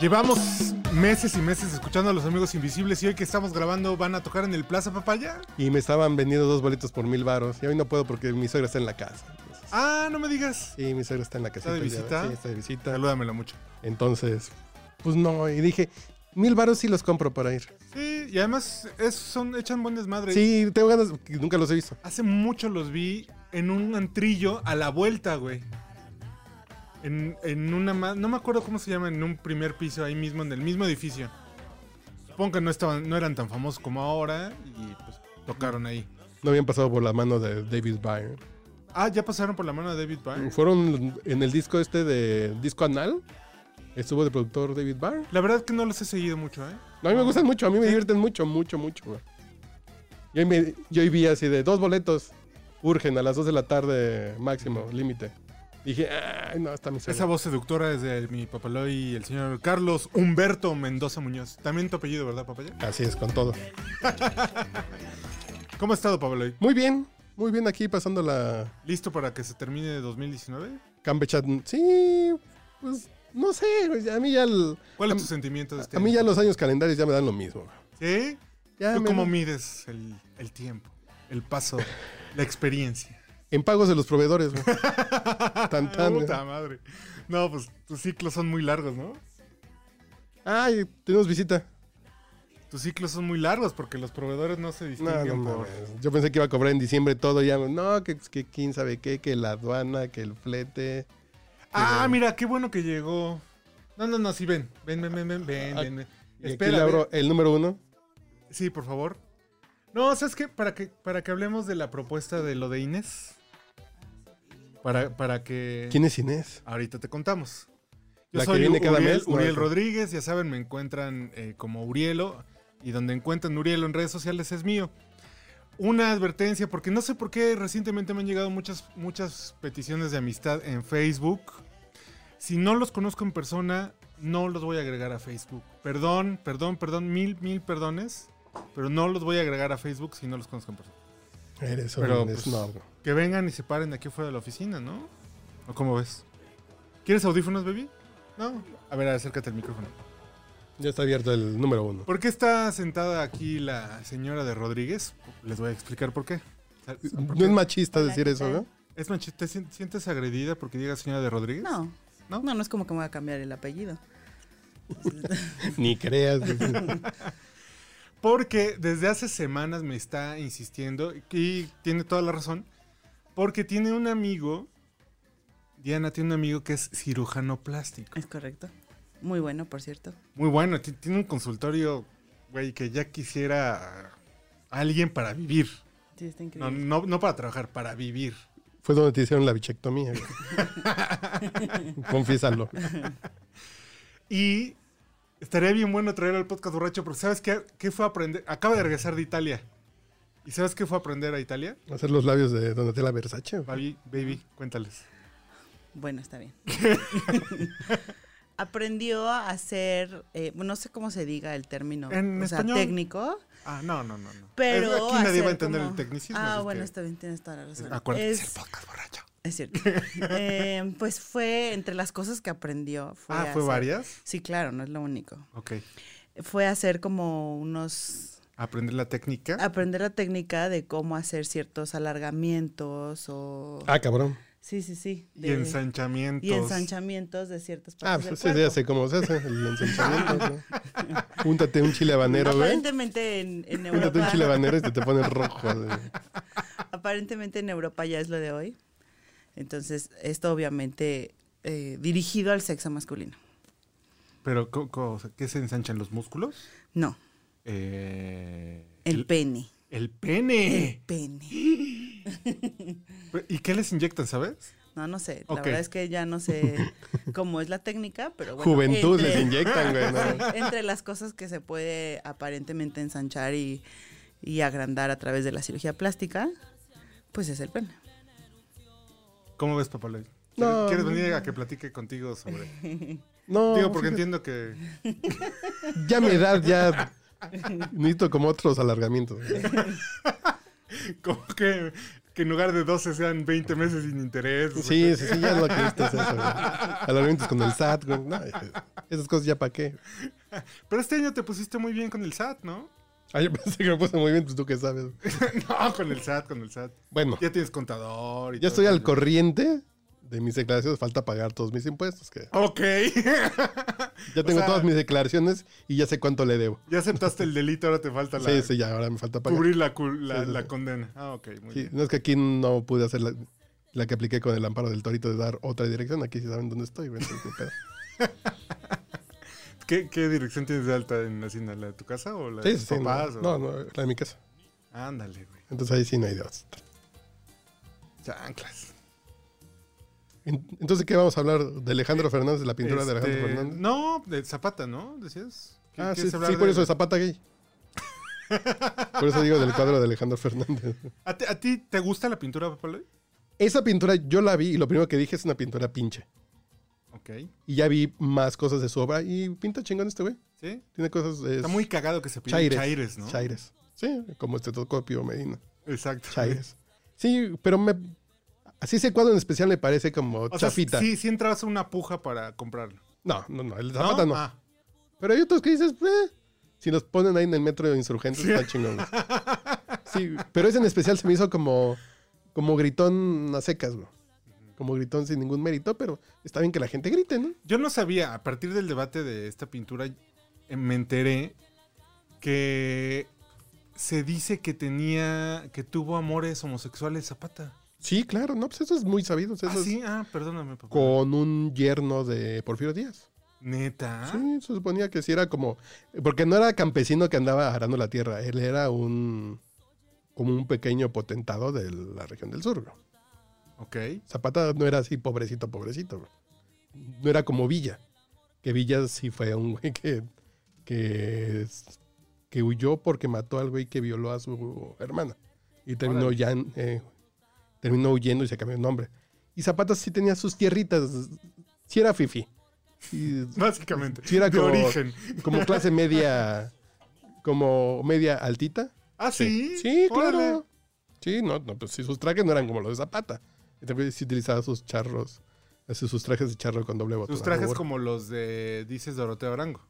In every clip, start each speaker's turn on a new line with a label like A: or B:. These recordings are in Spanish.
A: Llevamos meses y meses escuchando a los amigos invisibles y hoy que estamos grabando van a tocar en el Plaza Papaya.
B: Y me estaban vendiendo dos boletos por mil varos. Y hoy no puedo porque mi suegra está en la casa. Entonces,
A: Ah, no me digas.
B: sí, mi suegra está en la casita.
A: de
B: ya ves,
A: visita?
B: Sí, está de visita.
A: Salúdamelo mucho.
B: Entonces, pues no. Y dije, mil varos sí los compro para ir.
A: Sí, y además es- son, echan buen desmadre.
B: Sí, tengo ganas, que nunca los he visto.
A: Hace mucho los vi en un antrillo a la vuelta, güey. En, en una ma- no me acuerdo cómo se llama, en un primer piso ahí mismo, en el mismo edificio. Supongo que no estaban, no eran tan famosos como ahora y pues tocaron ahí.
B: No habían pasado por la mano de David Byrne.
A: Ah, ya pasaron por la mano de David Byrne.
B: Fueron en el disco este de Disco Anal. Estuvo de productor David Byrne.
A: La verdad que no los he seguido mucho, ¿eh?
B: No, a mí me gustan mucho, a mí me divierten mucho, mucho, mucho, güey. Yo, hoy me- yo hoy vi así de dos boletos, urgen, a las 2 de la tarde máximo, límite. Dije, ay, no, está mi
A: Esa
B: suegra.
A: voz seductora es de mi papaloy, el señor Carlos Humberto Mendoza Muñoz. También tu apellido, ¿verdad, papaya?
B: Así es, con todo.
A: ¿Cómo ha estado, papaloy?
B: Muy bien, muy bien aquí pasando la
A: ¿Listo para que se termine 2019?
B: Campecha. Sí, pues, no sé, güey, a mí ya, el-
A: ¿Cuál
B: A
A: es
B: mí-
A: tu sentimiento de este
B: a mí ya los años calendarios ya me dan lo mismo. güey.
A: ¿Sí?
B: Ya
A: ¿Tú
B: me-
A: cómo mides el, el tiempo, el paso, la experiencia?
B: En pagos de los proveedores, güey. tan, tan, güey.
A: Puta madre. No, pues tus ciclos son muy largos, ¿no?
B: Ay, tenemos visita.
A: Tus ciclos son muy largos porque los proveedores no se
B: No, no
A: distinguen por...
B: mames. Yo pensé que iba a cobrar en diciembre todo. Ya, no, que, que quién sabe qué, que la aduana, que el flete.
A: Ah, mira, qué bueno que llegó. No, no, no, sí, ven. Ven, ven, ven, ven, ven.
B: Ah,
A: ven, ven.
B: Y aquí le
A: Espera,
B: abro el número uno.
A: ven. Sí, por favor. No, ¿sabes qué? Para que, para que hablemos de la propuesta de lo de Inés. Para, para que...
B: ¿Quién es Inés?
A: Ahorita te contamos. Yo
B: ¿La que
A: soy
B: viene cada
A: Uriel,
B: mes? No,
A: Uriel
B: esa.
A: Rodríguez, ya saben, me encuentran eh, como Urielo y donde encuentran Urielo en redes sociales es mío. Una advertencia, porque no sé por qué recientemente me han llegado muchas, muchas peticiones de amistad en Facebook. Si no los conozco en persona, no los voy a agregar a Facebook. Perdón, perdón, perdón, mil, mil perdones, pero no los voy a agregar a Facebook si no los conozco en persona.
B: Eres un
A: Pero, pues,
B: snob.
A: Que vengan y se paren aquí afuera de la oficina, ¿no? ¿O cómo ves? ¿Quieres audífonos, baby? No. A ver, acércate al micrófono.
B: Ya está abierto el número uno.
A: ¿Por qué está sentada aquí la señora de Rodríguez? Les voy a explicar por qué. ¿Por
B: No
A: qué?
B: es machista decir
C: ¿qué
B: eso,
C: tal?
B: ¿no?
A: ¿Es machi- ¿Te sien- sientes agredida porque diga señora de Rodríguez?
C: No.
A: ¿No?
C: ¿No? no, es como que me voy a cambiar el apellido.
B: Ni creas.
A: Porque desde hace semanas me está insistiendo y tiene toda la razón. Porque tiene un amigo, Diana tiene un amigo que es cirujano plástico.
C: Es correcto. Muy bueno, por cierto.
A: Muy bueno, ti- tiene un consultorio, güey, que ya quisiera alguien para vivir.
C: Sí, está
A: No,
C: increíble.
A: no, no para trabajar, para vivir.
B: Fue donde te hicieron la bichectomía. Confiésalo.
A: Y estaría bien bueno traer al podcast borracho, porque ¿sabes qué, qué fue a aprender? Acaba de regresar de Italia. ¿Y sabes qué fue a aprender a Italia?
B: Hacer los labios de Donatella Versace. güey.
A: Baby, baby cuéntales.
C: Bueno, está bien. Aprendió a hacer, eh, no sé cómo se diga el término,
A: En
C: o sea,
A: español.
C: técnico,
A: Ah, no, no, no. no.
C: pero...
A: Es- Aquí nadie
C: hacer
A: va a entender
C: como-
A: el tecnicismo.
C: Ah,
A: así es
C: bueno,
A: que-
C: está bien, tienes toda la razón.
A: Acuérdate, es...
C: Es-
A: el podcast borracho.
C: Es cierto. Eh, pues fue entre las cosas que aprendió. Fue
A: ah,
C: a
A: ¿fue
C: hacer-
A: varias?
C: Sí, claro, no es lo único.
A: Ok.
C: Fue hacer como unos.
A: Aprender la técnica.
C: Aprender la técnica de cómo hacer ciertos alargamientos o.
B: Ah, cabrón.
C: Sí, sí, sí.
A: y
C: de-
A: ensanchamientos.
C: y ensanchamientos de ciertas
B: Ah,
C: partes.
B: pues
C: del
B: se
C: cuerpo.
B: hace como se hace. El ensanchamiento. ¿no? Júntate un chile habanero, güey.
C: Aparentemente en, en
B: Júntate un
C: Europa.
B: chile habanero y se te pone rojo. güey.
C: aparentemente en Europa ya es lo de hoy. Entonces, esto obviamente eh, dirigido al sexo masculino.
A: Pero, co- co- o sea, ¿qué se ensanchan los músculos?
C: No,
A: Eh,
C: el pene.
A: el
C: El
A: pene.
C: pene.
A: ¿Y qué les inyectan, sabes?
C: No, no sé. La
A: Ok.
C: verdad es que ya no sé cómo es la técnica, pero bueno.
B: Juventud les
C: entre-
B: inyectan, güey. ¿no?
C: Sí, entre las cosas que se puede aparentemente ensanchar y, y agrandar a través de la cirugía plástica, pues es el pene.
A: ¿Cómo ves, papá Luis?
B: No.
A: ¿Quieres venir a que platique contigo sobre...?
B: No,
A: Digo, porque
B: fíjate,
A: entiendo que...
B: ya mi edad ya necesito como otros alargamientos.
A: Como que, que en lugar de 12 sean 20 meses sin interés. güey.
B: Sí, sí, sí, ya lo que necesito es eso. güey. Alargamientos con el SAT, güey. No, esas cosas ya para qué.
A: Pero este año te pusiste muy bien con el SAT, ¿no?
B: Ah, yo pensé que me puse muy bien, pues tú qué sabes.
A: no, con el SAT, con el SAT.
B: Bueno,
A: Ya tienes contador y todo
B: ya estoy
A: el
B: al
A: rollo.
B: corriente de mis declaraciones. Falta pagar todos mis impuestos. Que
A: Ok.
B: ya
A: O
B: tengo
A: sea,
B: todas mis declaraciones y ya sé cuánto le debo.
A: Ya aceptaste el delito, ahora te falta la,
B: Sí, sí, ya ahora me falta pagar.
A: cubrir la, cul- la,
B: Sí, sí,
A: la
B: sí.
A: condena. Ah, ok, muy
B: Sí,
A: bien.
B: no es que aquí no pude hacer la, la que apliqué con el amparo del torito de dar otra dirección. Aquí sí saben dónde estoy. güey, entonces, ni pedo.
A: ¿Qué, qué dirección tienes de alta en la Hacienda? ¿La de tu casa o la de
B: Sí,
A: tus
B: sí, no,
A: papás? o-
B: no, no, la de mi casa.
A: Ándale, güey.
B: Entonces ahí sí no hay dos.
A: Chanclas.
B: Entonces, ¿qué vamos a hablar de Alejandro Fernández, de la pintura de Alejandro
A: Eh, Este,
B: Fernández?
A: No, de Zapata, ¿no? Decías. ¿Qué-
B: Ah, sí,
A: quieres
B: sí,
A: hablar
B: por
A: de-
B: eso de Zapata gay. Por eso digo del cuadro de Alejandro Fernández.
A: ¿A ti, a ti te gusta la pintura, papá Luis?
B: Esa pintura yo la vi y lo primero que dije es una pintura pinche.
A: Ok.
B: Y ya vi más cosas de su obra y pinta chingón este güey.
A: ¿Sí?
B: Tiene cosas... es-
A: Está muy cagado que se pide
B: chaires,
A: chaires, ¿no?
B: chaires. Sí, como este Tocopio Medina.
A: Exacto.
B: Chaires. Sí, pero me... Así ese cuadro en especial me parece como
A: O sea,
B: chafita.
A: sí, sí entrabas a una puja para comprarlo.
B: No, no, no, el de Zapata no.
A: Ah,
B: Pero hay otros que dices, "Eh, si los ponen ahí en el metro de insurgentes,
A: Sí.
B: está chingón. güey". Sí, pero ese en especial se me hizo como, como gritón a secas, güey. Como gritón sin ningún mérito, pero está bien que la gente grite, ¿no?
A: Yo no sabía, a partir del debate de esta pintura, eh, me enteré que se dice que tenía, que tuvo amores homosexuales Zapata.
B: Sí, claro, no, pues eso es muy sabido. o sea,
A: Ah,
B: eso es
A: sí, ah, perdóname, papá.
B: con un yerno de Porfirio Díaz.
A: Neta.
B: Sí, se suponía que sí era como. Porque no era campesino que andaba arando la tierra, él era un. como un pequeño potentado de la región del sur, güey.
A: Ok.
B: Zapata no era así pobrecito, pobrecito. bro. No era como Villa. Que Villa sí fue un güey que, que, es- que huyó porque mató al güey que violó a su hermana. Y terminó,
A: Órale.
B: ya, en- eh, terminó huyendo y se cambió el nombre. Y Zapata sí tenía sus tierritas. Sí era fifi. Y
A: Básicamente.
B: Sí, era
A: de
B: como-
A: origen.
B: como clase media. Como media altita.
A: Ah, sí.
B: Sí,
A: Órale.
B: claro. Sí, no, no, pues sí, sus trajes no eran como los de Zapata. Y también sí utilizaba sus charros, así, sus trajes de charro con doble botón.
A: Sus trajes
B: Bueno,
A: como los de, dices, Dorotea Arango.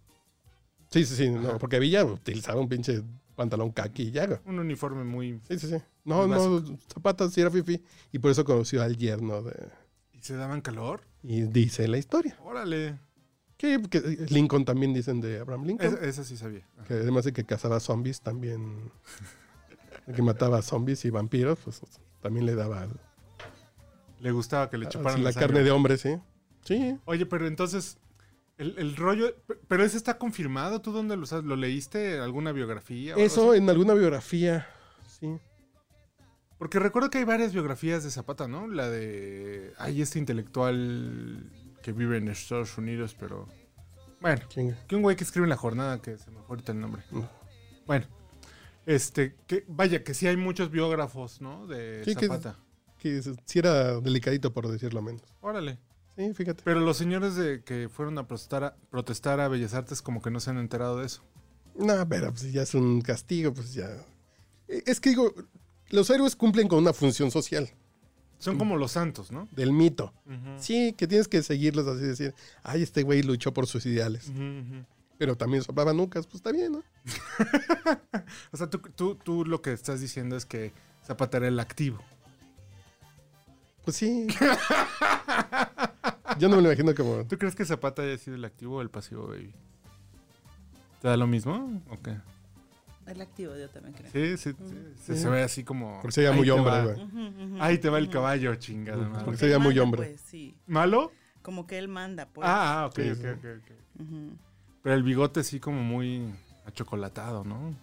B: Sí, sí, sí, no,
A: Ajá.
B: porque Villa utilizaba un pinche pantalón kaki y ya, güey.
A: Un uniforme muy...
B: Sí, sí, sí. No,
A: Muy
B: no, Zapata sí era fifi. Y por eso conoció al yerno de...
A: ¿Y se daban calor?
B: Y dice la historia.
A: Órale.
B: Que, que Lincoln también dicen de Abraham Lincoln.
A: Esa, esa E-, sí sabía.
B: Que además de que cazaba zombies, también... de que mataba zombies y vampiros, pues también le daba
A: Le gustaba que le chuparan
B: la carne de hombre, Ah, sí. Sí,
A: Oye, pero entonces, el, el rollo, pe- pero ese está confirmado, ¿tú dónde lo sabes? ¿Lo leíste? ¿Alguna biografía? o algo
B: Eso
A: así?
B: en alguna biografía, sí.
A: Porque recuerdo que hay varias biografías de Zapata, ¿no? La de, hay este intelectual que vive en Estados Unidos, pero... Bueno,
B: ¿Quién?
A: que un güey que escribe en la jornada, que se me fue ahorita el nombre.
B: Mm.
A: Bueno, este, que vaya, que sí hay muchos biógrafos, ¿no? De
B: Sí, que-
A: Zapata.
B: Que si era delicadito, por decirlo menos.
A: Órale.
B: Sí, fíjate.
A: Pero los señores de que fueron a protestar, a protestar a Bellas Artes como que no se han enterado de eso.
B: No, pero pues, ya es un castigo, pues ya. Eh, Es que digo, los héroes cumplen con una función social Mm.
A: Son como los santos, ¿no?
B: del mito.
A: Ujú.
B: Sí, que tienes que seguirlos así decir, ay, este güey luchó por sus ideales.
A: Ujú, ujú.
B: Pero también soplaba nucas, pues está bien, ¿no?
A: O sea, tú, tú, tú lo que estás diciendo es que Zapata era el activo.
B: Pues sí. Yo no me lo imagino como.
A: ¿Tú crees que Zapata haya sido el activo o el pasivo, baby? ¿Te da lo mismo? ¿O qué?
C: El activo yo también creo.
A: Sí, sí, sí, Se, se ve así como...
B: Porque sería
A: "Ahí
B: muy
A: te
B: hombre,
A: va,
B: güey.
A: Ahí te va el caballo, chingada madre".
B: Porque sería
C: Él
B: muy
C: manda,
B: hombre.
C: pues, sí,
A: ¿Malo?
C: como que él manda, pues.
A: Ah, ah, ok,
B: Sí,
A: ok,
B: sí.
A: ok, ok. Pero el bigote sí como muy achocolatado, ¿no?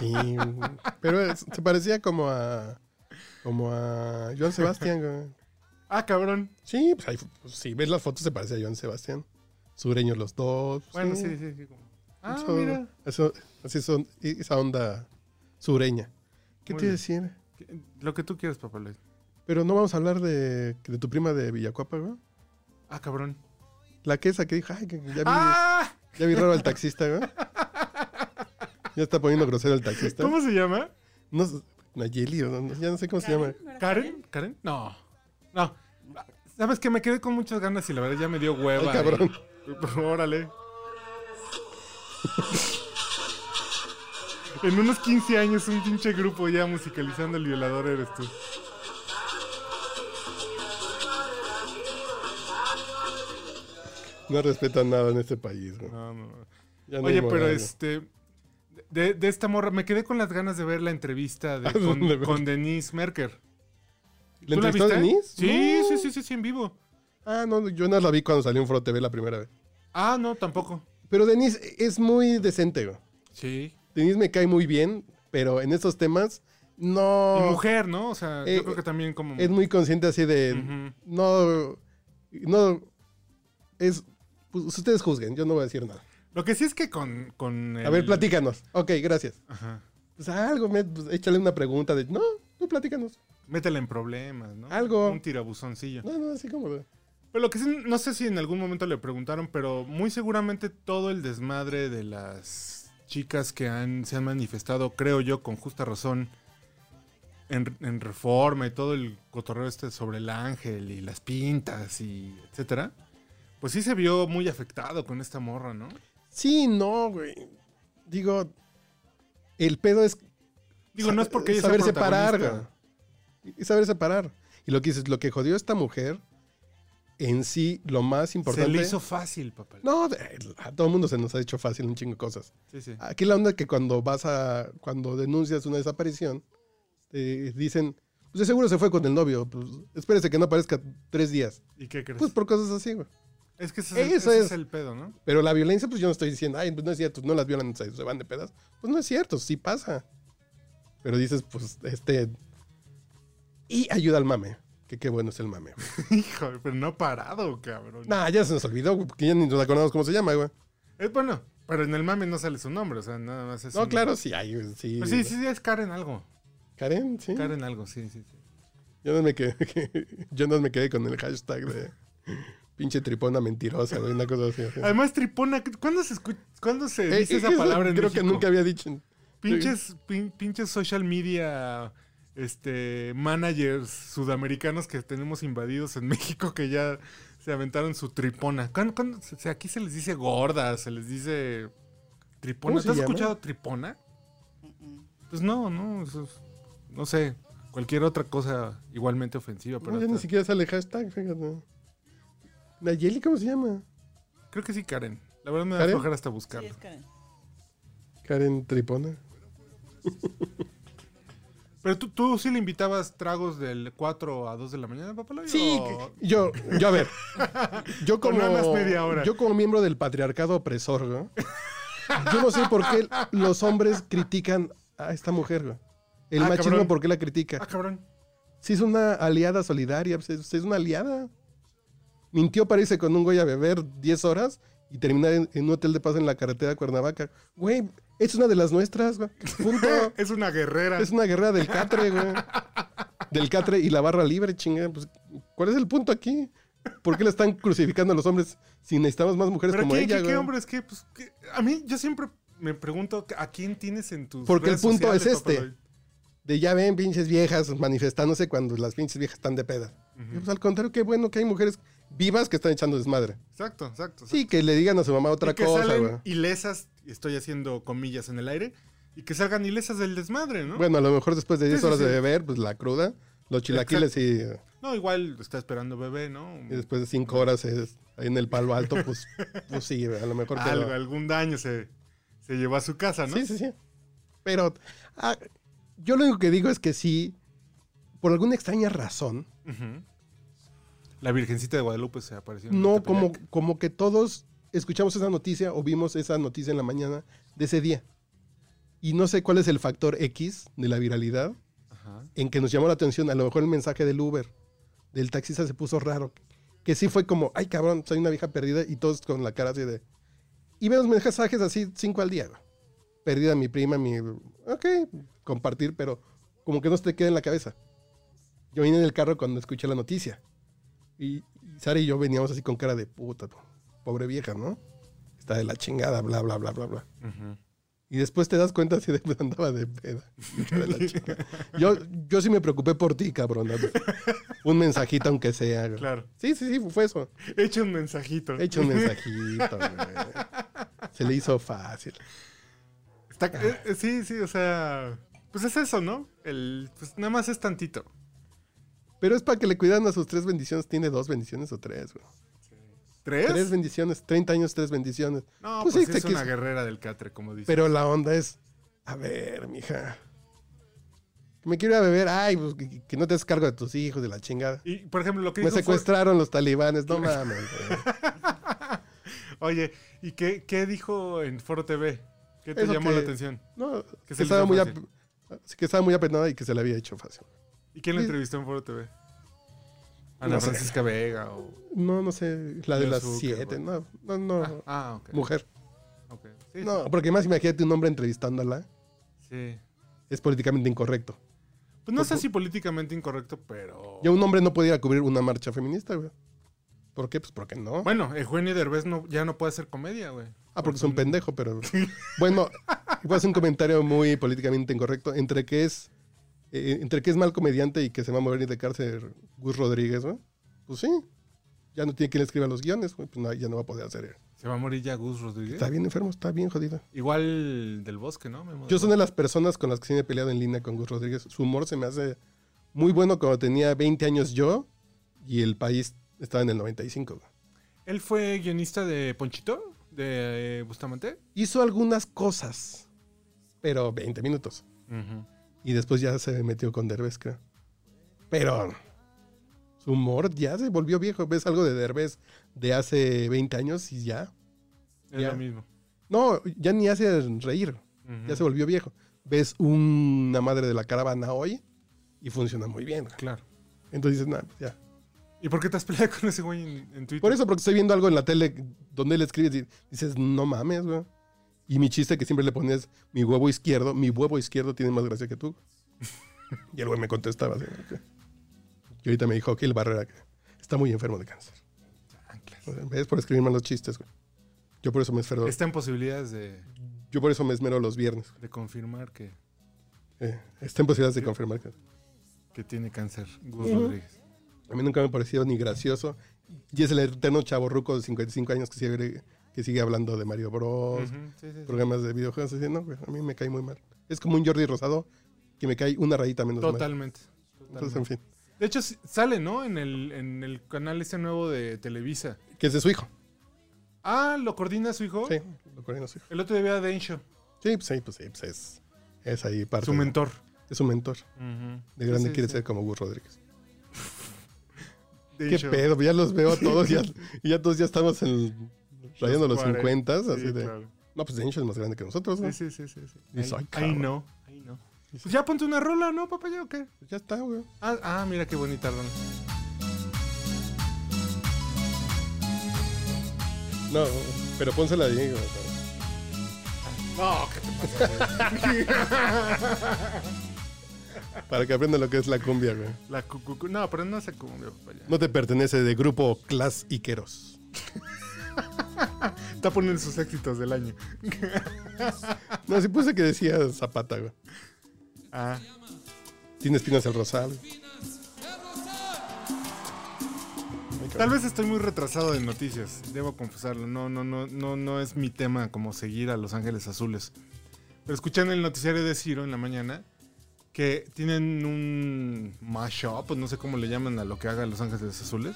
B: Sí, pero es- se parecía como a Como a Joan Sebastián, güey.
A: Ah, cabrón.
B: Sí, pues ahí, pues, si ves las fotos se parece a Joan Sebastián. Sureños los dos.
A: Bueno, sí, sí, sí. como- Ah,
B: Eso-
A: mira.
B: eso- así son, esa onda sureña. ¿Qué
A: Muy
B: te iba a
A: bien.
B: decir?
A: Que- Lo que tú quieras, papalé.
B: Pero no vamos a hablar de, de tu prima de Villacuapa, güey.
A: Ah, cabrón.
B: La que esa que dijo, ay, que ya vi,
A: ¡Ah!
B: ya vi raro al taxista, güey. Ya está poniendo grosero al taxista.
A: ¿Cómo se llama?
B: No, sé, Nayeli, o no- no, ya no sé cómo se llama.
A: ¿Karen? ¿Karen? No. No. ¿Sabes qué? Me quedé con muchas ganas y la verdad ya me dio
B: Ay,
A: hueva.
B: cabrón.
A: eh. Órale. En unos 15 años un pinche grupo ya musicalizando el violador eres tú.
B: No respetan nada en este país, güey.
A: No, no, no.
B: Ya no hay
A: Oye,
B: moral,
A: pero
B: güey.
A: este. De, de esta morra, me quedé con las ganas de ver la entrevista de-
B: ¿A
A: con,
B: dónde ver?
A: con Denise Merker.
B: ¿Le
A: ¿Tú la
B: entrevistó
A: viste?
B: Denise?
A: Sí,
B: No.
A: sí, sí, sí, sí, en vivo.
B: Ah, no, yo nada la vi cuando salió en Foro TV la primera vez.
A: Ah, no, tampoco.
B: Pero Denise es muy decente, güey.
A: Sí.
B: Denise me cae muy bien, pero en estos temas no.
A: Y mujer, ¿no? O sea,
B: Eh,
A: yo creo que también como.
B: Es muy consciente así de.
A: Ujú.
B: No. No. Es. pues, ustedes juzguen, yo no voy a decir nada.
A: Lo que sí es que con. con
B: A
A: el-
B: ver, platícanos. Ok, gracias.
A: Ajá.
B: Pues algo, me- pues, échale una pregunta de. No, tú platícanos.
A: Métela en problemas, ¿no?
B: Algo.
A: Un tirabuzoncillo.
B: No, no, así como. de-
A: Pero lo que sí, no sé si en algún momento le preguntaron, pero muy seguramente todo el desmadre de las chicas que han, se han manifestado, creo yo, con justa razón, en, en reforma y todo el cotorreo este sobre el ángel y las pintas y etcétera, pues sí se vio muy afectado con esta morra, ¿no?
B: Sí, no, güey. Digo. El pedo es
A: Digo, no es porque ella sea
B: saber separar,
A: protagonista.
B: güey. Y saber separar. Y lo que dices, lo que jodió a esta mujer, en sí, lo más importante.
A: Se le hizo fácil, papá.
B: No, de- a todo el mundo se nos ha hecho fácil un chingo de cosas.
A: Sí, sí.
B: Aquí la onda es que cuando vas a. cuando denuncias una desaparición, te dicen. Pues de seguro se fue con el novio. Pues espérese que no aparezca tres días.
A: ¿Y qué crees?
B: Pues por cosas así, güey.
A: es que ese es, el-
B: eso
A: ese
B: es-
A: es el pedo, ¿no?
B: Pero la violencia, pues yo no estoy diciendo, ay, pues no es cierto, no las violan, se, se van de pedas. Pues no es cierto, sí pasa. Pero dices, pues, este. Y ayuda al mame. Que qué bueno es el mame. güey.
A: Hijo, pero no ha parado, cabrón.
B: Nah, ya se nos olvidó, güey, porque ya ni nos acordamos cómo se llama, güey.
A: Es bueno, pero en el mame no sale su nombre, o sea, nada más es.
B: No,
A: un-
B: claro, sí, hay, güey, sí.
A: Pues sí, sí, sí, es Karen algo.
B: Karen, sí.
A: Karen algo, sí, sí. sí.
B: Yo no me quedé, yo no me quedé con el hashtag de pinche tripona mentirosa, güey, una cosa así. así.
A: Además, tripona, ¿cuándo se, escu- ¿cuándo se
B: Eh,
A: dice esa
B: eso
A: palabra en
B: Creo que
A: México?
B: nunca había dicho.
A: Pinches, pin- pinches social media este, managers sudamericanos que tenemos invadidos en México que ya se aventaron su tripona. ¿Cuándo, cuándo- o sea, aquí se les dice gorda, se les dice tripona.
B: ¿Cómo se
A: ¿Te has
B: llama?
A: escuchado tripona? Pues no, no, eso es- no sé. Cualquier otra cosa igualmente ofensiva, pero
B: No, ya
A: hasta-
B: ni siquiera sale hashtag, fíjate. Nayeli, ¿cómo se llama?
A: creo que sí, Karen. La verdad me va a
B: ¿Karen?
A: aflojar hasta buscarla.
B: Karen Tripona.
A: Pero tú, tú sí le invitabas tragos del 4 a 2 de la mañana, papá.
B: Sí, yo, yo a ver. Yo como,
A: nada más media hora.
B: yo como miembro del patriarcado opresor, ¿no? yo no sé por qué los hombres critican a esta mujer, güey. El
A: Ah,
B: machismo,
A: cabrón.
B: ¿por qué la critica?
A: Ah, cabrón.
B: Si es una aliada solidaria, pues, es es una aliada. Mintió para irse con un güey a beber 10 horas y terminar en, en un hotel de paso en la carretera de Cuernavaca. Güey, es una de las nuestras, güey. Punto.
A: Es una guerrera.
B: es una guerra del catre, güey. Del catre y la barra libre, chingada. Pues, ¿Cuál es el punto aquí? ¿Por qué le están crucificando a los hombres si necesitamos más mujeres
A: Pero
B: como
A: ¿qué,
B: ella,
A: qué- qué
B: güey?
A: hombres? ¿Qué? Pues, qué- A mí, yo siempre me pregunto a quién tienes en tus.
B: Porque el
A: redes
B: punto es
A: sociales,
B: este.
A: papaloy?
B: De ya ven, pinches viejas manifestándose cuando las pinches viejas están de peda. Y, pues, al contrario, qué bueno que hay mujeres vivas que están echando desmadre.
A: Exacto, exacto.
B: Sí, que le digan a su mamá
A: exacto.
B: otra
A: Y que
B: cosa,
A: salen
B: güey.
A: ilesas, y estoy haciendo comillas en el aire, y que salgan ilesas del desmadre, ¿no?
B: Bueno, a lo mejor después de 10
A: sí,
B: horas
A: sí.
B: de beber, pues la cruda, los chilaquiles y, eh,
A: No, igual está esperando bebé, ¿no?
B: y después de 5 horas es- ahí en el palo alto, pues, pues sí, a lo mejor.
A: Algo,
B: pero-
A: algún daño se, se llevó a su casa, ¿no?
B: Sí, sí, sí. Pero ah, yo lo único que digo es que sí, por alguna extraña razón,
A: Ujú. La Virgencita de Guadalupe se apareció. en
B: no
A: Ecatepec.
B: como, como que todos escuchamos esa noticia o vimos esa noticia en la mañana de ese día. Y no sé cuál es el factor X de la viralidad
A: Ajá.
B: en que nos llamó la atención, a lo mejor el mensaje del Uber, del taxista se puso raro. Que sí fue como, ay cabrón, soy una vieja perdida y todos con la cara así de... Y veo los mensajes así, cinco al día. güey. Perdida mi prima, mi... Ok, compartir, pero como que no se te queda en la cabeza. Yo vine en el carro cuando escuché la noticia. Y y Sara y yo veníamos así con cara de puta, pobre vieja, ¿no? Está de la chingada, bla, bla, bla, bla, bla.
A: ujú.
B: Y después te das cuenta si de, andaba de peda. Hija de la chica. yo, yo sí me preocupé por ti, cabrón. dame Un mensajito aunque sea. güey.
A: Claro.
B: Sí, sí, sí, fue eso.
A: Echa un mensajito.
B: He hecho un mensajito, güey. Se le hizo fácil.
A: Está- eh, eh, sí, sí, o sea. Pues es eso, ¿no? El, pues nada más es tantito.
B: Pero es para que le cuidan a sus tres bendiciones. Tiene dos bendiciones o tres, güey.
A: ¿Tres?
B: Tres bendiciones, 30 años, tres bendiciones.
A: No, pues,
B: Pues sí,
A: sí
B: te
A: es una
B: quis-
A: guerrera del catre, como dice.
B: Pero la onda es, a ver, mija. que Me quiero ir a beber. Ay, pues, que, que no te hagas cargo de tus hijos, de la chingada.
A: y por ejemplo, lo que
B: Me
A: dijo fue-
B: secuestraron los talibanes. No mames, güey.
A: Oye, ¿y qué, qué dijo en Foro TV? ¿Qué te
B: Eso
A: llamó
B: que-
A: la atención?
B: No,
A: Que
B: que,
A: se le
B: estaba
A: hizo
B: muy
A: fácil.
B: ap- sí, que estaba muy apenada y que se le había hecho fácil.
A: ¿Y quién la
B: Sí.
A: entrevistó en Foro TV? Ana
B: No sé.
A: Francisca Vega o.
B: No, no sé, la de
A: Yo
B: las
A: supe,
B: siete, no, no, no,
A: Ah, ok.
B: mujer.
A: ok. Sí,
B: No, porque más imagínate un hombre entrevistándola,
A: sí.
B: es políticamente incorrecto.
A: Pues no sé si políticamente incorrecto, pero.
B: Ya un hombre no puede ir a cubrir una marcha feminista, güey. ¿Por qué? Pues porque no.
A: Bueno, Eugenio Derbez no, ya no puede hacer comedia, güey.
B: ah, porque es un pendejo, pero... bueno, voy a hacer un comentario muy políticamente incorrecto. Entre que es eh, entre que es mal comediante y que se va a mover de cárcel Gus Rodríguez, güey. Pues sí, ya no tiene quien le escriba los guiones, güey, pues no, ya no va a poder hacer
A: Se va a morir ya Gus Rodríguez.
B: Está bien enfermo, está bien jodido.
A: Igual del bosque, ¿no? Memo del
B: Yo
A: Bosque.
B: soy una de las personas con las que sí me he peleado en línea con Gus Rodríguez. Su humor se me hace muy bueno cuando tenía 20 años yo y el país estaba en el 95. güey.
A: Él fue guionista de Ponchito, de eh, Bustamante.
B: Hizo algunas cosas, pero 20 minutos. Y después ya se metió con Derbez, creo. Pero su humor ya se volvió viejo. Ves algo de Derbez de hace 20 años y ya.
A: Es
B: Ya.
A: lo mismo.
B: No, ya ni hace reír.
A: Ujú.
B: Ya se volvió viejo. Ves una madre de la caravana hoy y funciona muy bien. güey.
A: Claro.
B: Entonces dices, nada, ya.
A: ¿Y por qué te has peleado con ese güey en, en Twitter?
B: Por eso, porque estoy viendo algo en la tele donde él escribe y dices, no mames, güey. Y mi chiste que siempre le ponías, mi huevo izquierdo, mi huevo izquierdo tiene más gracia que tú. y el güey me contestaba. así, ok. Y ahorita me dijo, ok, el barrera que está muy enfermo de cáncer.
A: Chanclas.
B: O sea, ¿Ves? Por escribir malos chistes, güey. Yo por eso me esmero,
A: Está en posibilidades de,
B: yo por eso me esmero los viernes.
A: de confirmar que,
B: Eh, está en posibilidades de confirmar que
A: que tiene cáncer Gus
B: Ujú.
A: Rodríguez.
B: a mí nunca me ha parecido ni gracioso. Y es el eterno chavo ruco de 55 años que sigue, que sigue hablando de Mario Bros.
A: Ujú, sí, sí, sí.
B: programas de videojuegos. Así, no, güey, a mí me cae muy mal. Es como un Jordi Rosado que me cae una rayita menos mal.
A: Totalmente.
B: Entonces, en
A: totalmente.
B: fin,
A: De hecho, sí- sale, ¿no? En el, en el canal ese nuevo de Televisa.
B: que es de su hijo.
A: Ah, ¿lo coordina su hijo?
B: Sí, lo coordina su hijo.
A: El otro día vi a Densho,
B: Sí, pues sí, pues sí, pues es, es ahí parte.
A: su
B: de-
A: mentor.
B: es su mentor.
A: Ujú.
B: De
A: Sí,
B: grande
A: sí,
B: quiere
A: sí.
B: ser como Gus Rodríguez. Qué
A: Densho.
B: pedo, ya los veo a todos, ya, ya todos ya estamos en, rayando los
A: Los
B: 50, así
A: Sí,
B: de...
A: claro.
B: No, pues Dencho es más grande que nosotros, ¿no?
A: Sí, sí, sí, sí, sí.
B: Y soy
A: Ahí- Ahí
B: cabrón.
A: no. Ahí no. Pues ya ponte una rola, ¿no, papaya, o qué?
B: Ya está, güey.
A: Ah, ah, mira qué bonita rola.
B: No, pero pónsela ahí, güey.
A: No, ¿qué te pasa,
B: Para que aprenda lo que es la cumbia, güey.
A: La cucucu. No, pero no sé cómo me papaya.
B: No te pertenece de grupo Clas Iqueros.
A: Está poniendo sus éxitos del año.
B: No, sí puse que decía Zapata, güey.
A: Ah,
B: Tiene espinas el rosal.
A: tal vez estoy muy retrasado de noticias, debo confesarlo. No, no, no, no, no es mi tema como seguir a Los Ángeles Azules. Pero escuché en el noticiario de Ciro en la mañana que tienen un mashup, pues no sé cómo le llaman a lo que haga Los Ángeles Azules,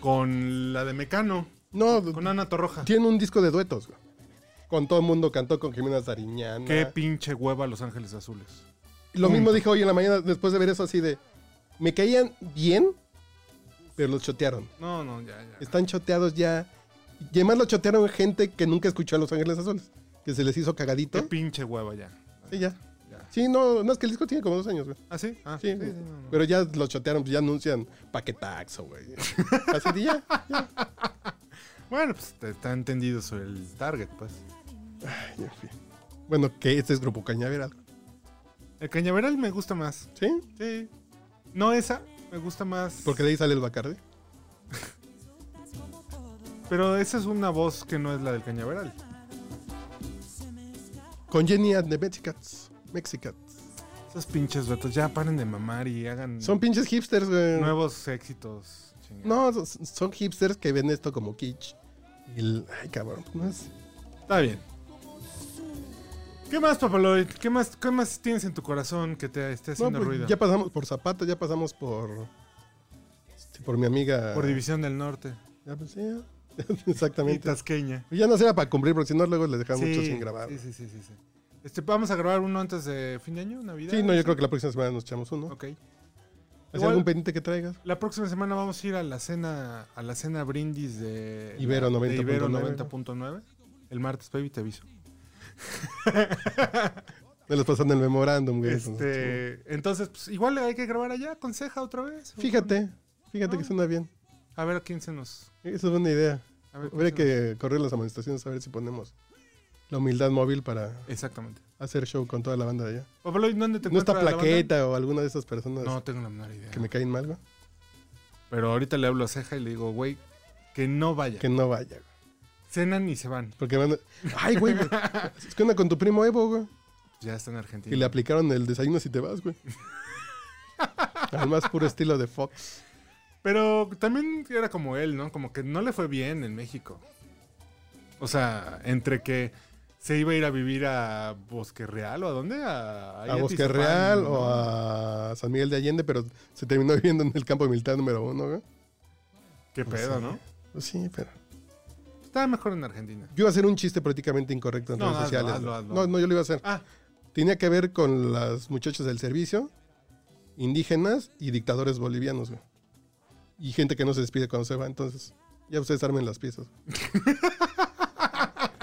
A: con la de Mecano,
B: No,
A: con Ana Torroja.
B: tiene un disco de duetos, güey. Con todo el mundo cantó con Jimena Sariñana.
A: Qué pinche hueva Los Ángeles Azules.
B: Lo mismo dijo hoy en la mañana después de ver eso así de... Me caían bien, pero los chotearon.
A: No, no, ya, ya.
B: Están choteados ya. Y además los chotearon gente que nunca escuchó a Los Ángeles Azules. Que se les hizo
A: Qué
B: cagadito.
A: pinche hueva ya.
B: Y ya.
A: Ya.
B: Sí, no, no, es que el disco tiene como dos años, güey.
A: ¿Ah, sí? Ah,
B: Sí,
A: sí, no, no.
B: pero ya lo chotearon, pues ya anuncian paquetaxo, güey. Así de ya.
A: Bueno, pues te- está entendido sobre el target, pues.
B: Ay, en fin. Bueno, que este es Grupo Cañaveral,
A: El cañaveral me gusta más.
B: ¿sí?
A: Sí. No esa, me gusta más.
B: Porque de ahí sale el Bacardi.
A: Pero esa es una voz que no es la del cañaveral.
B: Con Jenny and the Mexicats. Mexicats.
A: Esos pinches vatos, ya paren de mamar y hagan
B: Son pinches hipsters, güey.
A: nuevos éxitos. chingada.
B: No, son- son hipsters que ven esto como kitsch. Y el- ay, cabrón. No es,
A: Está bien. ¿Qué más, Papaloid? ¿Qué más, ¿Qué más tienes en tu corazón que te esté
B: no,
A: haciendo
B: pues,
A: ruido?
B: ya pasamos por Zapata, ya pasamos por. este, por mi amiga.
A: Por División del Norte.
B: Ya, pues, sí,
A: Y
B: exactamente.
A: Tasqueña.
B: Ya no será para cumplir, porque si no, luego les dejamos mucho
A: Sí,
B: sin grabar.
A: Sí,
B: Sí,
A: sí, sí, sí, sí. Este, ¿Vamos a grabar uno antes de fin de año, Navidad?
B: no, yo creo que la próxima semana nos echamos uno.
A: Ok.
B: ¿Hace
A: Igual-
B: algún pendiente que traigas?
A: La próxima semana vamos a ir a la cena, a la cena brindis de
B: Ibero
A: de
B: 90.9.
A: Ibero 90.9. El martes, baby, te aviso.
B: Me los pasan el memorándum, güey.
A: Este, entonces, pues, igual hay que grabar allá, conseja otra vez.
B: Fíjate, fíjate que suena bien.
A: A ver a quién se nos.
B: Esa es buena idea.
A: a ver quién
B: Habría
A: se
B: que correr las amonestaciones a ver si ponemos la humildad móvil para
A: nos- Exactamente.
B: hacer show con toda la banda de allá.
A: Papaloid, ¿dónde te
B: No está
A: encuentra la banda?
B: Plaqueta o alguna de esas personas
A: No tengo la menor idea.
B: que me caen mal, güey.
A: Pero ahorita le hablo a Ceja y le digo, güey, que no vaya.
B: Que no vaya, güey.
A: Cenan y se van.
B: Porque van a... Ay, güey, güey. Es que onda con tu primo Evo, güey.
A: Ya está en Argentina.
B: Y le aplicaron el desayuno si te vas, güey. Al más puro estilo de Fox.
A: Pero también era como él, ¿no? Como que no le fue bien en México. O sea, entre que se iba a ir a vivir a Bosque Real o a dónde? A, ahí
B: A Bosque
A: Atizapán,
B: Real
A: ¿no?
B: o a San Miguel de Allende, pero se terminó viviendo en el campo militar número uno, güey.
A: Qué
B: Pues
A: pedo,
B: sí.
A: ¿no?
B: Pues sí, pero...
A: Estaba mejor en Argentina.
B: Yo iba a hacer un chiste políticamente incorrecto en
A: No,
B: redes
A: hazlo,
B: sociales.
A: hazlo,
B: ¿no?
A: hazlo.
B: No, no, yo lo iba a hacer.
A: Ah,
B: Tenía que ver con las muchachas del servicio, indígenas y dictadores bolivianos, güey. Y gente que no se despide cuando se va, entonces ya ustedes armen las piezas.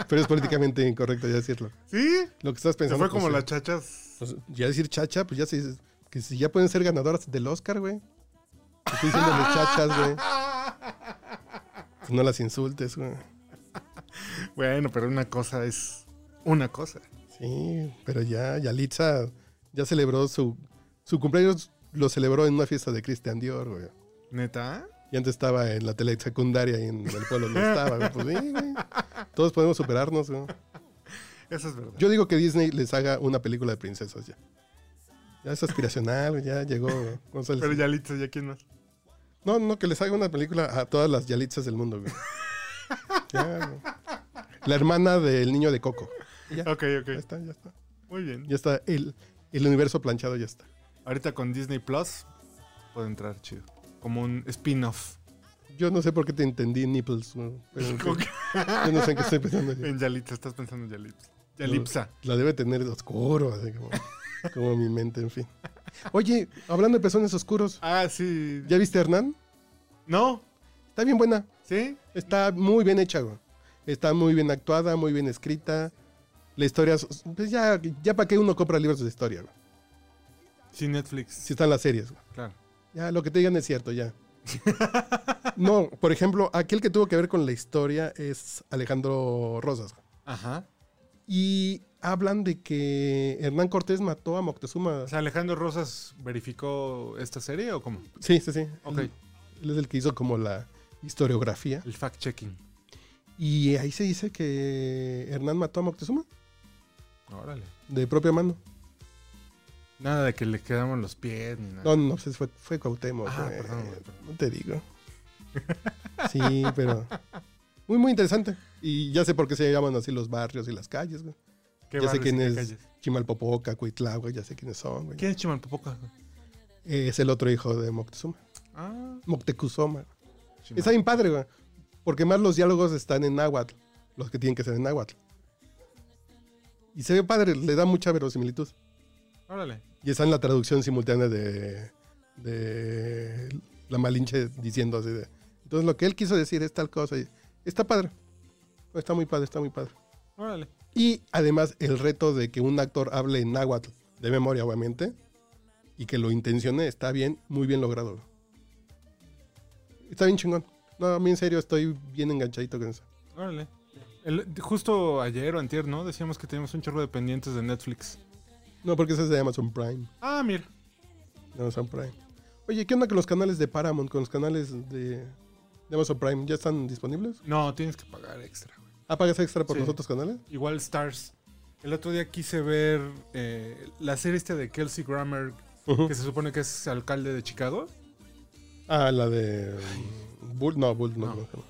B: Pero es políticamente incorrecto ya decirlo.
A: ¿sí?
B: Lo que estás
A: Se
B: pensando.
A: fue como
B: pues,
A: las
B: sí.
A: chachas.
B: Pues, ya decir chacha, pues ya se dice que si ya pueden ser ganadoras del Oscar, güey. Te Estoy diciendo de chachas, güey. Pues no las insultes, güey.
A: Bueno, pero una cosa es una cosa.
B: Sí, pero ya Yalitza ya celebró su, su cumpleaños, lo celebró en una fiesta de Christian Dior, güey.
A: ¿Neta?
B: Y antes estaba en la tele secundaria y en el pueblo no estaba, güey. Pues sí, güey. Todos podemos superarnos, güey.
A: Eso es verdad.
B: Yo digo que Disney les haga una película de princesas ya. Ya es aspiracional, güey, ya llegó güey. González.
A: pero ya listo, ya quién más.
B: No, no, que les haga una película a todas las Yalitzas del mundo, güey. Ya, güey. La hermana del niño de Coco. Y Ya,
A: Ok,
B: ya
A: ok.
B: está, ya está.
A: Muy bien.
B: Ya está, el, el universo planchado ya está.
A: Ahorita con Disney Plus puede entrar chido. Como un spin-off.
B: Yo no sé por qué te entendí nipples, güey, pero en fin,
A: ¿Con qué?
B: yo no sé en qué estoy pensando. yo.
A: En Yalitza, estás pensando en Yalitza. Yalipsa.
B: La debe tener oscuro, así como, como mi mente, en fin. Oye, hablando de personas oscuros,
A: Ah, sí.
B: ¿ya viste a Hernán?
A: ¿No?
B: Está bien buena,
A: ¿Sí?
B: está muy bien hecha, güey. Está muy bien actuada, muy bien escrita. La historia, es- pues ya, ya para qué uno compra libros de historia, güey.
A: Sí, Netflix.
B: Si están las series, güey.
A: Claro.
B: Ya, lo que te digan es cierto, ya. No, por ejemplo, aquel que tuvo que ver con la historia es Alejandro Rosas, güey.
A: Ajá.
B: Y hablan de que Hernán Cortés mató a Moctezuma.
A: O sea, Alejandro Rosas verificó esta serie o cómo?
B: Sí, sí, sí.
A: Ok.
B: Él es el que hizo como la historiografía.
A: El fact-checking.
B: Y ahí se dice que Hernán mató a Moctezuma
A: Órale.
B: de propia mano.
A: Nada de que le quedamos los pies ni nada.
B: No, no, pues fue, fue Cuauhtémoc.
A: Ah,
B: güey.
A: perdón, güey, perdón.
B: No te digo. Sí, pero... Muy, muy interesante. Y ya sé por qué se llaman así los barrios y las calles, güey.
A: ¿Qué
B: ya sé
A: barrios,
B: quién
A: qué
B: es
A: calles?
B: Chimalpopoca, Cuitlagua, ya sé quiénes son, güey.
A: ¿Quién es Chimalpopoca?
B: Es el otro hijo de Moctezuma.
A: Ah,
B: Moctezuma.
A: Chimal.
B: Está bien padre, güey. Porque más los diálogos están en náhuatl, los que tienen que ser en náhuatl. Y se ve padre, le da mucha verosimilitud.
A: Órale.
B: Y está en la traducción simultánea de, de la Malinche diciendo así de. Entonces lo que él quiso decir es tal cosa. y está padre. Está muy padre, está muy padre.
A: Órale.
B: Y además el reto de que un actor hable en náhuatl de memoria, obviamente, y que lo intencione, está bien, muy bien logrado. güey. Está bien chingón. No, a mí en serio estoy bien enganchadito con eso.
A: Órale. El- justo ayer o antier, ¿no? Decíamos que teníamos un chorro de pendientes de Netflix.
B: No, porque eso es de Amazon Prime.
A: Ah, mira.
B: de Amazon Prime. Oye, ¿qué onda con los canales de Paramount, con los canales de, de Amazon Prime? ¿Ya están disponibles?
A: No, tienes que pagar extra. güey.
B: ¿Ah, pagas extra por
A: Sí.
B: los otros canales?
A: Igual Stars. El otro día quise ver eh, la serie esta de Kelsey Grammer, que se supone que es alcalde de Chicago.
B: Ah, la de... um, Bull, no, Bull, no.
A: No.
B: no, no.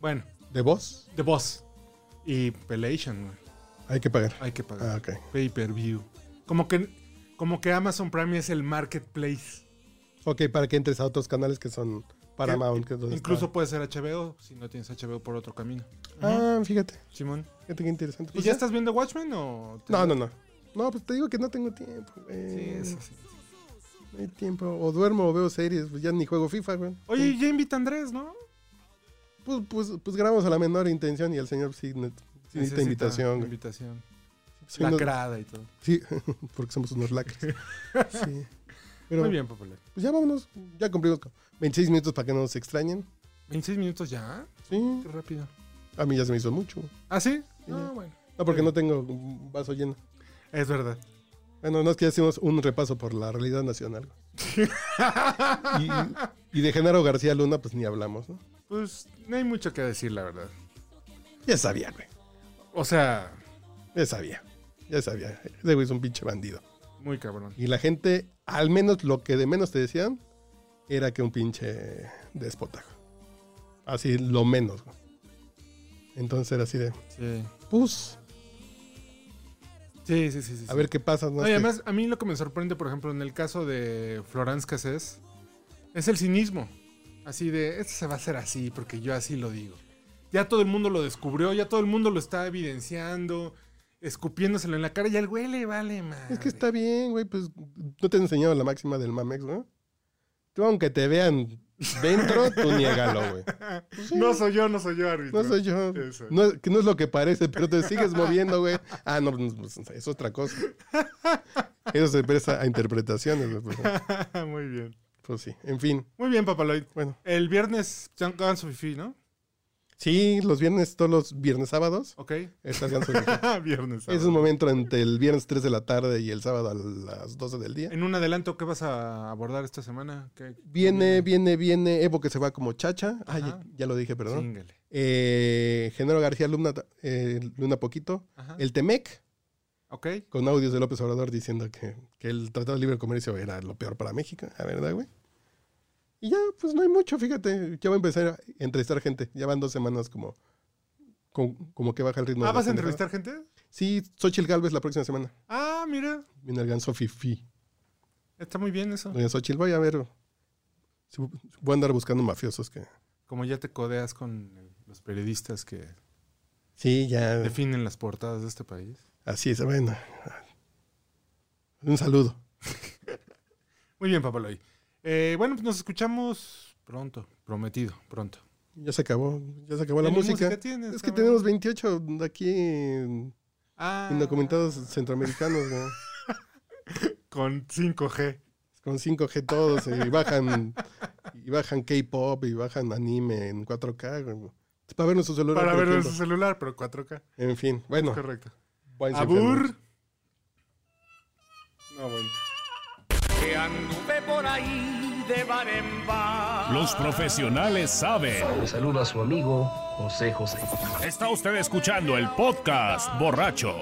A: Bueno,
B: ¿De Boss?
A: The Boss. Y Pelation, güey.
B: Hay que pagar.
A: Hay que pagar.
B: Ah, ok.
A: Pay per view. Como que, como que Amazon Prime es el marketplace.
B: Ok, para que entres a otros canales que son Paramount. Que es donde
A: Incluso
B: está.
A: puede ser HBO, si no tienes HBO por otro camino.
B: Ah, fíjate.
A: Simón.
B: Fíjate qué interesante.
A: ¿Y
B: Pues
A: ya
B: ya.
A: estás viendo Watchmen o...? te-
B: No, no, no. No, pues te digo que no tengo tiempo. güey.
A: Sí, eso sí.
B: No hay tiempo. O duermo o veo series. Pues ya ni juego FIFA, güey.
A: Oye, ya invita a Andrés, ¿no?
B: Pues, pues, pues grabamos a la menor intención y el señor sí, ne- sí necesita invitación. güey.
A: Invitación.
B: Sí,
A: La
B: nos-
A: crada y todo.
B: Sí, porque somos unos lacres. Sí. Pero,
A: Muy bien, Popolé.
B: Pues ya vámonos. Ya cumplimos con 26 minutos para que no nos extrañen.
A: 26 minutos ya.
B: Sí,
A: Qué rápido.
B: a mí ya se me hizo mucho.
A: ¿Ah, sí?
B: Sí.
A: No, bueno.
B: No, porque no tengo un vaso lleno.
A: Es verdad.
B: Bueno, no es que ya hicimos un repaso por la realidad nacional. Y, y de Genaro García Luna, pues ni hablamos, ¿no?
A: Pues no hay mucho que decir, la verdad.
B: Ya sabía, güey.
A: O sea,
B: Ya sabía. Ya sabía. Ese güey es un pinche bandido.
A: muy cabrón.
B: Y la gente, al menos lo que de menos te decían, era que un pinche déspota. güey. Así, lo menos. güey. Entonces era así de,
A: Sí.
B: pues,
A: Sí, sí, sí. sí,
B: a
A: sí.
B: ver qué pasa. ¿no?
A: No, y
B: Este,
A: además, a mí lo que me sorprende, por ejemplo, en el caso de Florence Cassés, es el cinismo. Así de, esto se va a hacer así, porque yo así lo digo. Ya todo el mundo lo descubrió, ya todo el mundo lo está evidenciando, escupiéndoselo en la cara, y al güey le vale, más.
B: es que está bien, güey, pues, no te han enseñado la máxima del Mamex, ¿no? Tú, aunque te vean dentro, tú niégalo, güey. Pues, sí,
A: No soy yo, no soy yo, árbitro.
B: no soy yo.
A: Eso.
B: No, es- que no es lo que parece, pero te sigues moviendo, güey. Ah, no, no, pues, es otra cosa. Eso se presta a interpretaciones, güey, pues,
A: Muy bien.
B: pues sí, en fin.
A: Muy bien, Papaloid.
B: Bueno,
A: El viernes, Jan Ganso Fifi, ¿no?
B: sí, los viernes, todos los viernes sábados,
A: Ok. Ah,
B: estás ganso de Fifi.
A: viernes.
B: Es
A: sábado.
B: un momento entre el viernes 3 de la tarde y el sábado a las 12 del día.
A: En un adelanto, ¿qué vas a abordar esta semana? ¿Qué-
B: Viene, viene, viene Evo que se va como chacha. Ay,
A: Ajá.
B: ya lo dije, perdón.
A: Chíngale.
B: Eh, Genaro García Luna, eh, Luna Poquito.
A: Ajá.
B: El Temec,
A: Ok. ¿Ah,
B: con audios de López Obrador diciendo que, que el Tratado de Libre Comercio era lo peor para México. La verdad, güey. Y ya, pues no hay mucho, fíjate. Ya voy a empezar a entrevistar gente. Ya van dos semanas como, como, como que baja el ritmo.
A: ah,
B: de la
A: ¿vas a
B: pendejada.
A: entrevistar gente?
B: Sí, Xochitl Galvez la próxima semana.
A: Ah, mira.
B: Viene el ganso Fifi.
A: Está muy bien eso.
B: Doña Xochitl, voy a ver. si- Voy a andar buscando mafiosos que.
A: Como ya te codeas con eh, los periodistas que
B: Sí, ya.
A: definen las portadas de este país.
B: Así es, bueno. Un saludo.
A: Muy bien, Papaloy. Eh, bueno, pues nos escuchamos pronto, prometido, pronto.
B: Ya se acabó. Ya se acabó la
A: ¿Qué
B: música.
A: tienes,
B: Es que
A: cabrón?
B: tenemos 28 de aquí en-
A: Ah,
B: indocumentados centroamericanos, güey.
A: Con 5G.
B: Con 5G todos eh, y bajan y bajan K-pop y bajan anime en 4K. güey. Es Para ver nuestro celular.
A: Para
B: por
A: verlo en su
B: ejemplo.
A: celular, pero 4K.
B: En fin, bueno.
A: Correcto.
B: váyanse enfermos.
A: Abur. No, bueno.
D: que anduve por ahí de bar en bar.
E: Los profesionales saben.
F: Le saluda su amigo José José.
E: Está usted escuchando el podcast borracho.